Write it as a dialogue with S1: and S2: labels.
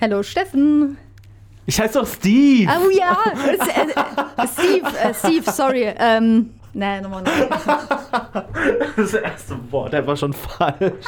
S1: Hallo Steffen.
S2: Ich heiße doch Steve.
S1: Oh ja, es- äh, Steve, äh, Steve, sorry. Ähm, nein, nochmal.
S2: Das erste Wort, der war schon falsch.